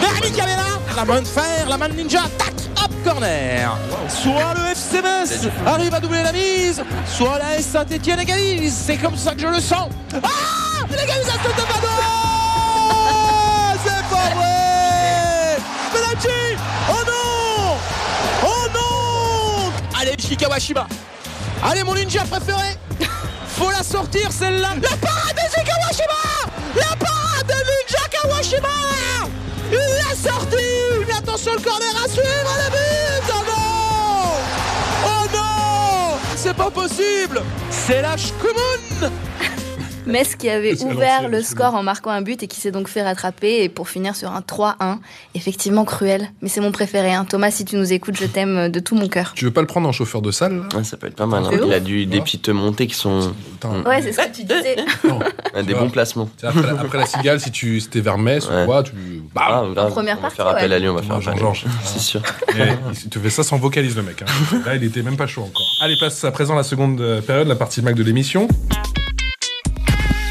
G: Verdi Cabella La main de fer, la main de ninja, tac Hop, corner Soit le FCMS arrive à doubler la mise, soit la S Saint-Etienne égalise, c'est comme ça que je le sens Ah L'égalisation de Pavard C'est pas vrai Penalty Oh non Oh non Allez, Shikawashima Allez, mon ninja préféré Faut la sortir, celle-là La parade de Shikawashima La parade de Ninja Kawashima Il l'a sorti Mais attention, le corner à suivre Le but Oh non Oh non C'est pas possible C'est la Shkumun
B: Metz qui avait
C: C'est à
B: ouvert
C: l'ancienne,
B: le
C: absolument.
B: score en marquant un but et qui s'est donc fait rattraper et pour finir sur un 3-1. Effectivement cruel, mais c'est mon préféré. hein. Thomas, si tu nous écoutes, je t'aime de tout mon cœur.
C: Tu veux pas le prendre en chauffeur de salle là
D: Ouais, ça peut être pas mal. hein.
B: C'est
D: Il
B: ouf.
D: a dû des
C: Ouais.
D: petites montées qui sont
C: Putain.
B: Ouais, c'est ce que tu disais.
C: Non.
D: euh, des
C: Ouais.
D: bons placements.
C: C'est Après, la- après la cigale, si tu c'était vers Metz
D: Ouais.
C: ou quoi, tu. Bah, Bam
D: Ah, grave.
B: première
D: on va
B: partie,
D: faire appel
B: ouais.
D: à lui, on va faire
C: Ah,
D: appel à lui.
C: Jean-Georges.
D: C'est sûr.
C: Eh, il te fait ça sans vocalise, le mec. hein. Là, il était même pas chaud encore. Allez, passe à présent la seconde euh, période, la partie Mac de l'émission.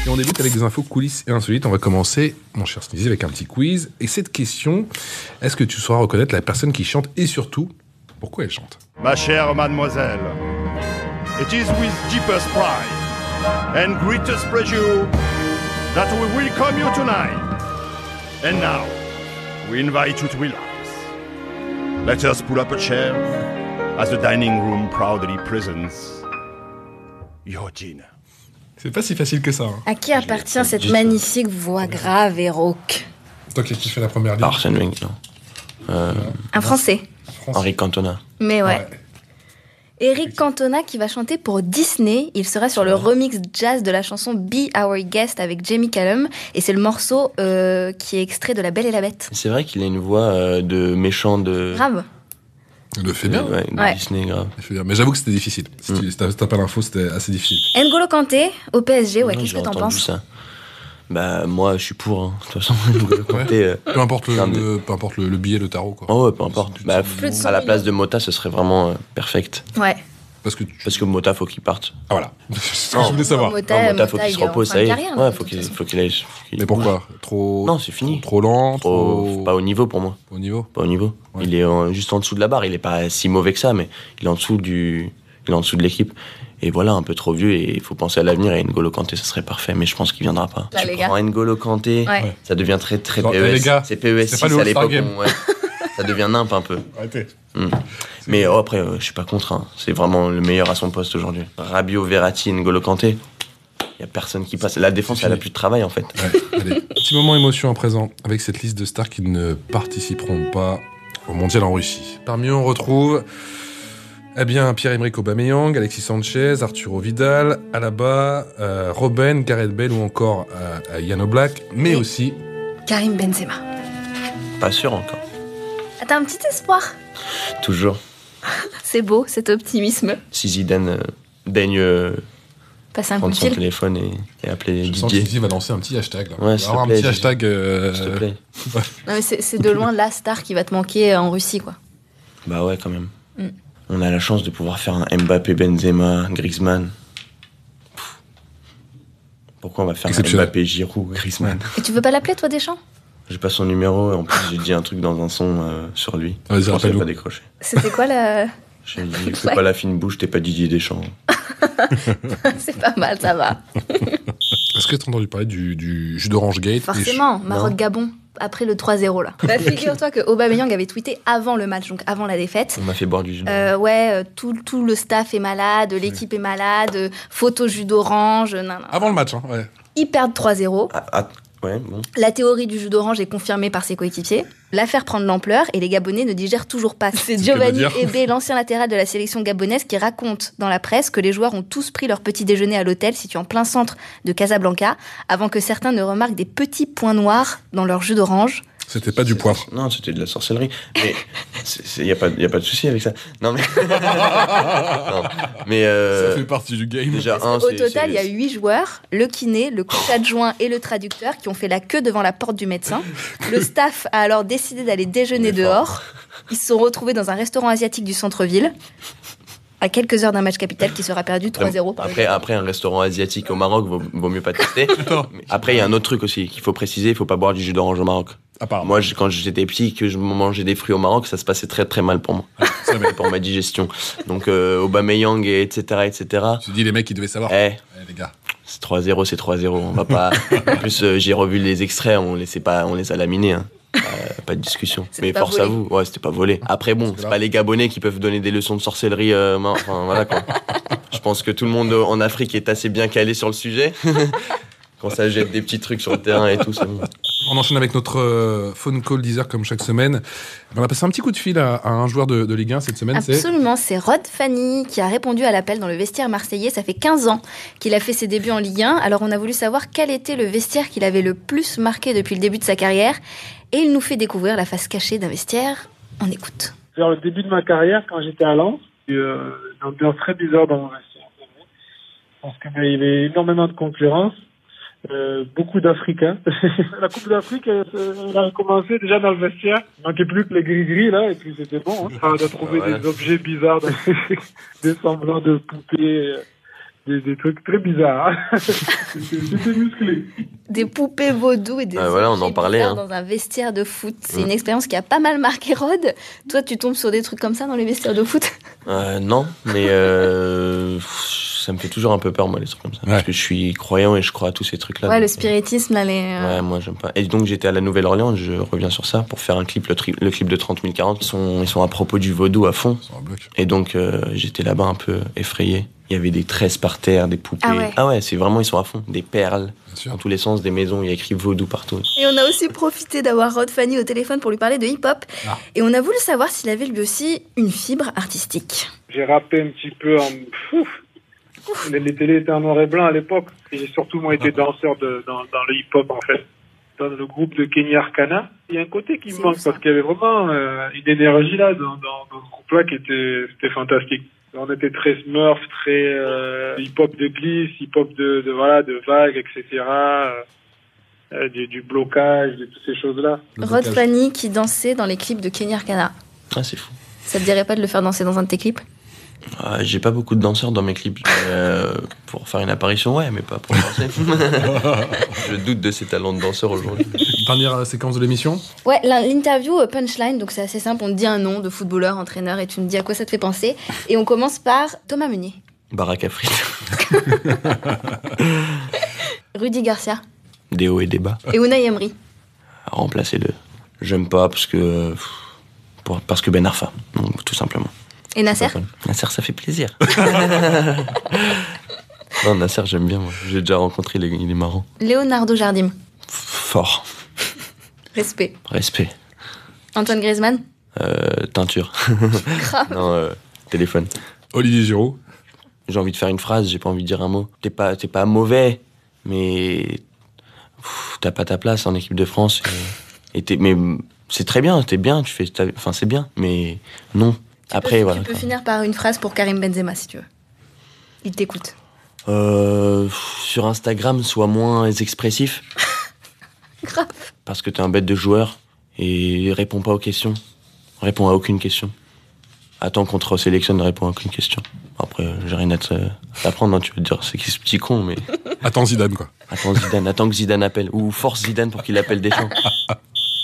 C: Et on débute avec des infos coulisses et insolites. On va commencer, mon cher Sneezy, avec un petit quiz. Et cette question, est-ce que tu sauras reconnaître la personne qui chante et surtout, pourquoi elle chante
K: Ma chère mademoiselle, it is with deepest pride and greatest pleasure that we welcome you tonight. And now, we invite you to relax. Let us pull up a chair as the dining room proudly presents your dinner.
C: C'est pas si facile que ça. hein.
B: À qui appartient cette magnifique voix grave et rauque
C: C'est toi qui as kiffé la première ligne.
D: Arsène Wenger, non.
B: Un Français.
C: France.
D: Henri Cantona.
B: Mais ouais.
C: Ouais.
B: Eric Cantona qui va chanter pour Disney. Il sera sur le remix jazz de la chanson Be Our Guest avec Jamie Callum. Et c'est le morceau euh, qui est extrait de La Belle et la Bête.
D: C'est vrai qu'il a une voix euh, de méchant de,
B: Grave.
C: Il le fait
D: de-
C: bien.
D: ouais, Mm. de
B: Ouais.
D: Disney, grave.
C: il le fait bien. Mais j'avoue que c'était difficile. Si tu si t'as si t'as pas l'info, c'était assez difficile.
B: N'Golo Kanté au PSG. Ouais,
D: Non,
B: qu'est-ce
D: j'ai
B: que t'en
D: entendu
B: penses
D: ça. Bah, moi, je suis pour. hein. De toute façon, N'Golo Kanté, euh,
C: Peu importe le,
D: Putain, mais-
C: le- peu importe le, le billet, le tarot, quoi.
D: Oh ouais, peu importe. Bah,
B: Plus de cent
D: à la
B: millions.
D: place de Mota, ce serait vraiment euh, perfect.
B: Ouais.
C: Parce que tu...
D: Parce que Mota, faut qu'il parte.
C: Ah voilà. je voulais savoir.
B: Mota,
D: Non, Mota,
B: Mota,
D: faut qu'il
B: il
D: se
B: est en
D: repose,
B: fin
D: ça
B: de
D: y est.
B: carrière,
D: ouais,
B: de
D: faut
B: toute
D: qu'il
B: façon.
D: faut qu'il aille. faut qu'il-
C: Mais pourquoi Trop.
D: Non, c'est fini.
C: Trop lent, trop.
D: Trop- Pas au niveau pour moi.
C: Au niveau.
D: Pas au niveau.
C: Ouais.
D: Il est en- juste en dessous de la barre. Il est pas si mauvais que ça, mais il est en dessous du, il est en dessous de l'équipe. Et voilà, un peu trop vieux. Et il faut penser à l'avenir. Et N'Golo Kanté, ça serait parfait. Mais je pense qu'il viendra pas.
B: Là,
D: tu
B: les
D: prends N'Golo Kanté,
B: Ouais.
C: Ouais.
D: ça devient très très
C: Non,
D: PES.
C: les gars,
D: c'est PES
C: c'est
D: 6
C: pas le
D: à
C: All-Star
D: l'époque.
C: Game.
D: on- ouais. ça devient nimp un peu. Hmm.
C: Arrêtez.
D: Mais oh, après, euh, je suis pas contre. hein. C'est vraiment le meilleur à son poste aujourd'hui. Rabiot, Verratti, N'Golo Kanté. Il y a personne qui passe. La défense,
C: C'est
D: elle a
C: fini.
D: plus de travail en fait.
C: Ouais, allez. Petit moment émotion à présent avec cette liste de stars qui ne participeront pas au mondial en Russie. Parmi eux, on retrouve Eh bien, Pierre-Emerick Aubameyang, Alexis Sanchez, Arturo Vidal, Alaba, euh, Robben, Gareth Bale ou encore euh, Yann Oblak, mais
A: Oui.
C: aussi
A: Karim Benzema.
D: Pas sûr encore.
B: Ah, T'as un petit espoir.
D: Toujours.
B: C'est beau cet optimisme.
D: Si Zidane euh, daigne euh,
B: Passe un coup de
D: prendre son
B: fil.
D: téléphone et, et appeler
C: Je sens que
D: Didier.
C: Gigi va lancer un petit hashtag. Là. Il va
D: Ouais,
C: y
D: s'il te
C: avoir
D: plaît,
C: un petit
D: Gigi.
C: hashtag. euh,
D: S'il te plaît.
B: Non, mais c'est c'est de loin la star qui va te manquer euh, en Russie, quoi.
D: Bah ouais, quand même.
B: Mm.
D: On a la chance de pouvoir faire un Mbappé, Benzema, Griezmann. Pff. Pourquoi on va faire un
C: Exceptionnel.
D: Mbappé, Giroud, Griezmann
B: Et tu veux pas l'appeler, toi, Deschamps
D: J'ai pas son numéro et en plus j'ai dit un truc dans un son euh, sur lui.
C: Vas-y,
D: Je pense qu'il a
C: rappelle-nous.
D: pas décroché.
B: C'était quoi la.
D: J'ai dit, fais
B: Ouais.
D: pas la fine bouche, t'es pas Didier Deschamps.
B: c'est pas mal, ça va.
C: Est-ce que t'as entendu parler du, du jus d'orange gate
B: Forcément, Maroc-Gabon, après le 3-0, là. Bah, figure-toi que Aubameyang avait tweeté avant le match, donc avant la défaite.
D: On m'a fait boire du jus.
B: Euh, ouais, euh, tout, tout le staff est malade, l'équipe est malade, euh, photo jus d'orange, nan, nan.
C: Avant le match, hein, ouais.
B: Ils perdent 3-0.
D: Ah, ah, ouais, bon.
B: La théorie du jus d'orange est confirmée par ses coéquipiers. L'affaire prend de l'ampleur et les Gabonais ne digèrent toujours pas. C'est
C: que veut
B: Giovanni
C: dire
B: Ebé, l'ancien latéral de la sélection gabonaise, qui raconte dans la presse que les joueurs ont tous pris leur petit déjeuner à l'hôtel situé en plein centre de Casablanca, avant que certains ne remarquent des petits points noirs dans leur jus d'orange.
C: C'était pas du poivre.
D: Non, c'était de la sorcellerie. Mais il n'y a, pas- y a pas de souci avec ça. Non, mais. Non, Mais. euh,
C: partie du game.
D: déjà, un,
B: Au
D: c'est-
B: total,
D: c'est-
B: il y a huit joueurs, le kiné, le coach adjoint et le traducteur, qui ont fait la queue devant la porte du médecin. Le staff a alors décidé d'aller déjeuner
D: On est
B: dehors. Ils se sont retrouvés dans un restaurant asiatique du centre-ville, à quelques heures d'un match capital qui sera perdu 3-0. par les
D: Après, après, un restaurant asiatique au Maroc, vaut, vaut mieux pas tester. Mais Après, il y a un autre truc aussi qu'il faut préciser, il faut pas boire du jus d'orange au Maroc.
C: Apparemment.
D: Moi, je- quand j'étais petit, que je mangeais des fruits au Maroc, ça se passait très très mal pour moi,
C: Ça, mais-
D: pour ma digestion. Donc, euh, Aubameyang, et etc., etc.
C: Tu dis les mecs, ils devaient savoir.
D: Eh,
C: Eh, les gars.
D: c'est 3-0, c'est 3-0, on va pas... en plus, euh, j'ai revu les extraits, on les, sait pas, on les a laminés, hein. Euh, pas de discussion.
B: C'était
D: Mais
B: pas
D: force à
B: volé.
D: vous, ouais, c'était pas volé. Après, bon,
C: que
D: c'est
C: là-
D: pas les Gabonais qui peuvent donner des leçons de sorcellerie, euh, ma- enfin, voilà quoi. Je pense que tout le monde euh, en Afrique est assez bien calé sur le sujet. Quand ça jette des petits trucs sur le terrain et tout, c'est bon.
C: On enchaîne avec notre euh, phone call Deezer comme chaque semaine. On a passé un petit coup de fil à, à un joueur de, de Ligue 1 cette semaine. c'est-
B: Absolument, c'est Rod Fanny qui a répondu à l'appel dans le vestiaire marseillais. Ça fait 15 ans qu'il a fait ses débuts en Ligue 1. Alors on a voulu savoir quel était le vestiaire qu'il avait le plus marqué depuis le début de sa carrière. Et il nous fait découvrir la face cachée d'un vestiaire. On écoute.
J: vers le début de ma carrière, quand j'étais à Lens, et, euh, une ambiance très bizarre dans mon vestiaire. c'est vrai. Parce qu'il y avait énormément de concurrence, euh, beaucoup d'Africains. la Coupe d'Afrique, elle, elle a commencé déjà dans le vestiaire. Il manquait plus que les gris-gris, là, et puis c'était bon. hein. Enfin, de trouver
D: Voilà.
J: des objets bizarres, dans- des semblants de poupées, euh, des, des trucs très bizarres. hein. C'était c'était musclé.
B: Des poupées vaudou et des
D: Ah, voilà, on en
B: objets
D: parlait,
B: bizarres
D: hein.
B: dans un vestiaire de foot. C'est
D: Mm.
B: une expérience qui a pas mal marqué Rod. Toi, tu tombes sur des trucs comme ça dans les vestiaires de foot
D: Euh, non, mais euh, pff, ça me fait toujours un peu peur, moi, les trucs comme ça.
C: Ouais.
D: Parce que je suis croyant et je crois à tous ces trucs-là.
B: Ouais, le
D: donc, euh,
B: spiritisme, là, les... euh,
D: Ouais, moi j'aime pas. Et donc j'étais à la Nouvelle-Orléans, je reviens sur ça, pour faire un clip, le, tri- le clip de 30 040. Ils sont, ils sont à propos du vaudou à fond.
C: Sur un bloc.
D: Et donc euh, j'étais là-bas un peu effrayé. Il y avait des tresses par terre, des poupées.
B: Ah ouais.
D: c'est vraiment, ils sont à fond. Des perles,
C: Bien
D: dans
C: sûr.
D: tous les sens, des maisons, il y a écrit vaudou partout.
B: Et on a aussi profité d'avoir Rod Fanny au téléphone pour lui parler de hip-hop.
C: Ah.
B: Et on a voulu savoir s'il avait lui aussi une fibre artistique.
J: J'ai rappé un petit peu en. Ouf. Les, les télés étaient en noir et blanc à l'époque. Et J'ai surtout moi été danseur de- dans, dans le hip-hop en fait, dans le groupe de Kenny Arcana. Il y a un côté qui me
B: C'est
J: manque
B: ouf, ça.
J: parce qu'il y avait vraiment euh, une énergie là dans, dans- dans ce groupe-là qui était, c'était fantastique. On était très smurf, très euh, hip-hop de glisse, hip-hop de, de voilà de vagues, etc. euh, euh, du, du blocage, de toutes ces choses-là.
C: Le
B: Rod
C: blocage.
B: Fanny qui dansait dans les clips de Kenny Arcana.
D: Ah, c'est fou.
B: Ça te dirait pas de le faire danser dans un de tes clips
D: Ah, J'ai pas beaucoup de danseurs dans mes clips. Euh, pour faire une apparition, ouais, mais pas pour danser. je doute de ses talents de danseur aujourd'hui.
C: Dernière euh, séquence de l'émission.
B: Ouais, l'in- l'interview euh, punchline, donc c'est assez simple. On te dit un nom de footballeur, entraîneur, et tu me dis à quoi ça te fait penser. Et on commence par Thomas Meunier,
D: Baraque à frites,
B: Rudy Garcia
D: des hauts et des bas.
B: et Unai Emery.
D: remplacez-le. J'aime pas parce que pff, pour- parce que Ben Arfa, donc, tout simplement.
B: Et Nasser
D: Nasser, ça fait plaisir. non, Nasser, j'aime bien. Moi. J'ai déjà rencontré, il est, il est marrant,
B: Leonardo Jardim.
D: fort,
B: Respect.
D: respect,
B: Antoine Griezmann
D: Euh, teinture.
B: Grave.
D: non, euh, téléphone.
C: Olivier Giraud.
D: J'ai envie de faire une phrase, j'ai pas envie de dire un mot. T'es pas, t'es pas mauvais, mais pff, t'as pas ta place en équipe de France. Et, et t'es- mais c'est très bien, t'es bien, tu fais, ta- enfin c'est bien, mais non. Après voilà.
B: Tu peux
D: quoi.
B: finir par une phrase pour Karim Benzema si tu veux. Il t'écoute.
D: Euh, pff, sur Instagram, sois moins expressif
B: Grave.
D: parce que t'es un bête de joueur et réponds pas aux questions. Réponds à aucune question. Attends qu'on te resélectionne, réponds à aucune question. Après, euh, j'ai rien à te- à t'apprendre, hein, tu veux te dire, c'est qui ce petit con, mais.
C: Attends Zidane, quoi.
D: Attends Zidane, attends que Zidane appelle. Ou force Zidane pour qu'il appelle Deschamps.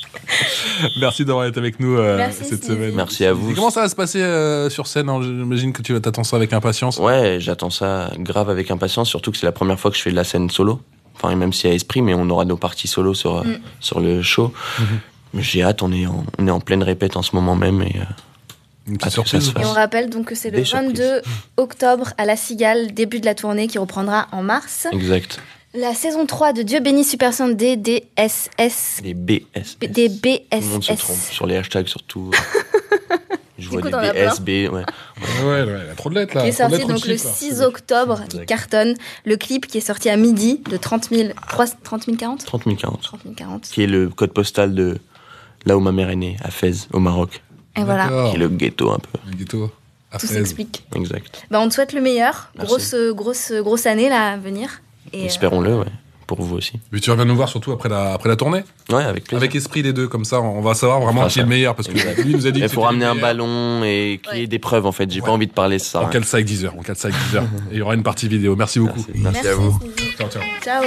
C: Merci d'avoir été avec nous euh,
D: Merci,
C: cette
D: Sneezy.
C: semaine.
D: Merci à vous.
C: Et comment ça va se passer euh, sur scène Alors, J'imagine que tu vas t'attendre ça avec impatience.
D: Ouais, j'attends ça grave avec impatience, surtout que c'est la première fois que je fais de la scène solo. Enfin, et même si à esprit, mais on aura nos parties solo sur, euh,
B: Mm. Mm-hmm.
D: sur le show. Mais J'ai hâte, on est, en, on est en pleine répète en ce moment même. Et, euh,
C: Une
D: petite surprise.
B: Et on rappelle donc que c'est le
D: Des surprises.
B: 22 octobre à La Cigale, début de la tournée qui reprendra en mars.
D: Exact.
B: La saison 3 de Dieu bénit Super Saint des DSS.
D: Les BS.
B: B- Des
D: Tout le monde se trompe.
B: BSS.
D: Sur les hashtags, surtout. euh, je vois
B: coup,
D: des
B: t'en as plein.
D: BS, B. Ouais.
C: Ouais, ouais, ouais, la trop de lettres, là.
B: Qui est
C: trop de
B: sorti
C: lettres
B: donc le
C: au-dessus, là.
B: 6 octobre, qui cartonne. Le clip qui est sorti à midi de 30 000, 3, 30 000 40
D: 30 040.
B: 30 000 40.
D: Qui est le code postal de là où ma mère est née, à Fès, au Maroc.
B: Et voilà.
D: Qui est le ghetto un peu.
C: Le ghetto.
B: Tout s'explique.
D: Exact.
B: Bah, on te souhaite le meilleur.
D: Merci.
B: Grosse, euh, grosse, grosse année là à venir. Et, euh,
D: Espérons-le, ouais. Pour vous aussi.
C: Mais tu reviens nous voir surtout après la, après la tournée
D: Ouais, avec plaisir.
C: Avec esprit les deux, comme ça on va savoir vraiment
D: Enfin,
C: qui est le
D: ça.
C: meilleur. Parce que
D: Exact.
C: lui nous a dit
D: Il
C: que
D: faut
C: c'était
D: ramener
C: le
D: un
C: meilleur.
D: ballon et qu'il y ait des preuves en fait. J'ai pas envie de parler, ça. sert à
C: On
D: rien.
C: cale ça avec 10h. On cale ça avec 10h. Et il y aura une partie vidéo. Merci beaucoup.
D: Merci à vous.
C: Ciao, ciao.
B: Ciao.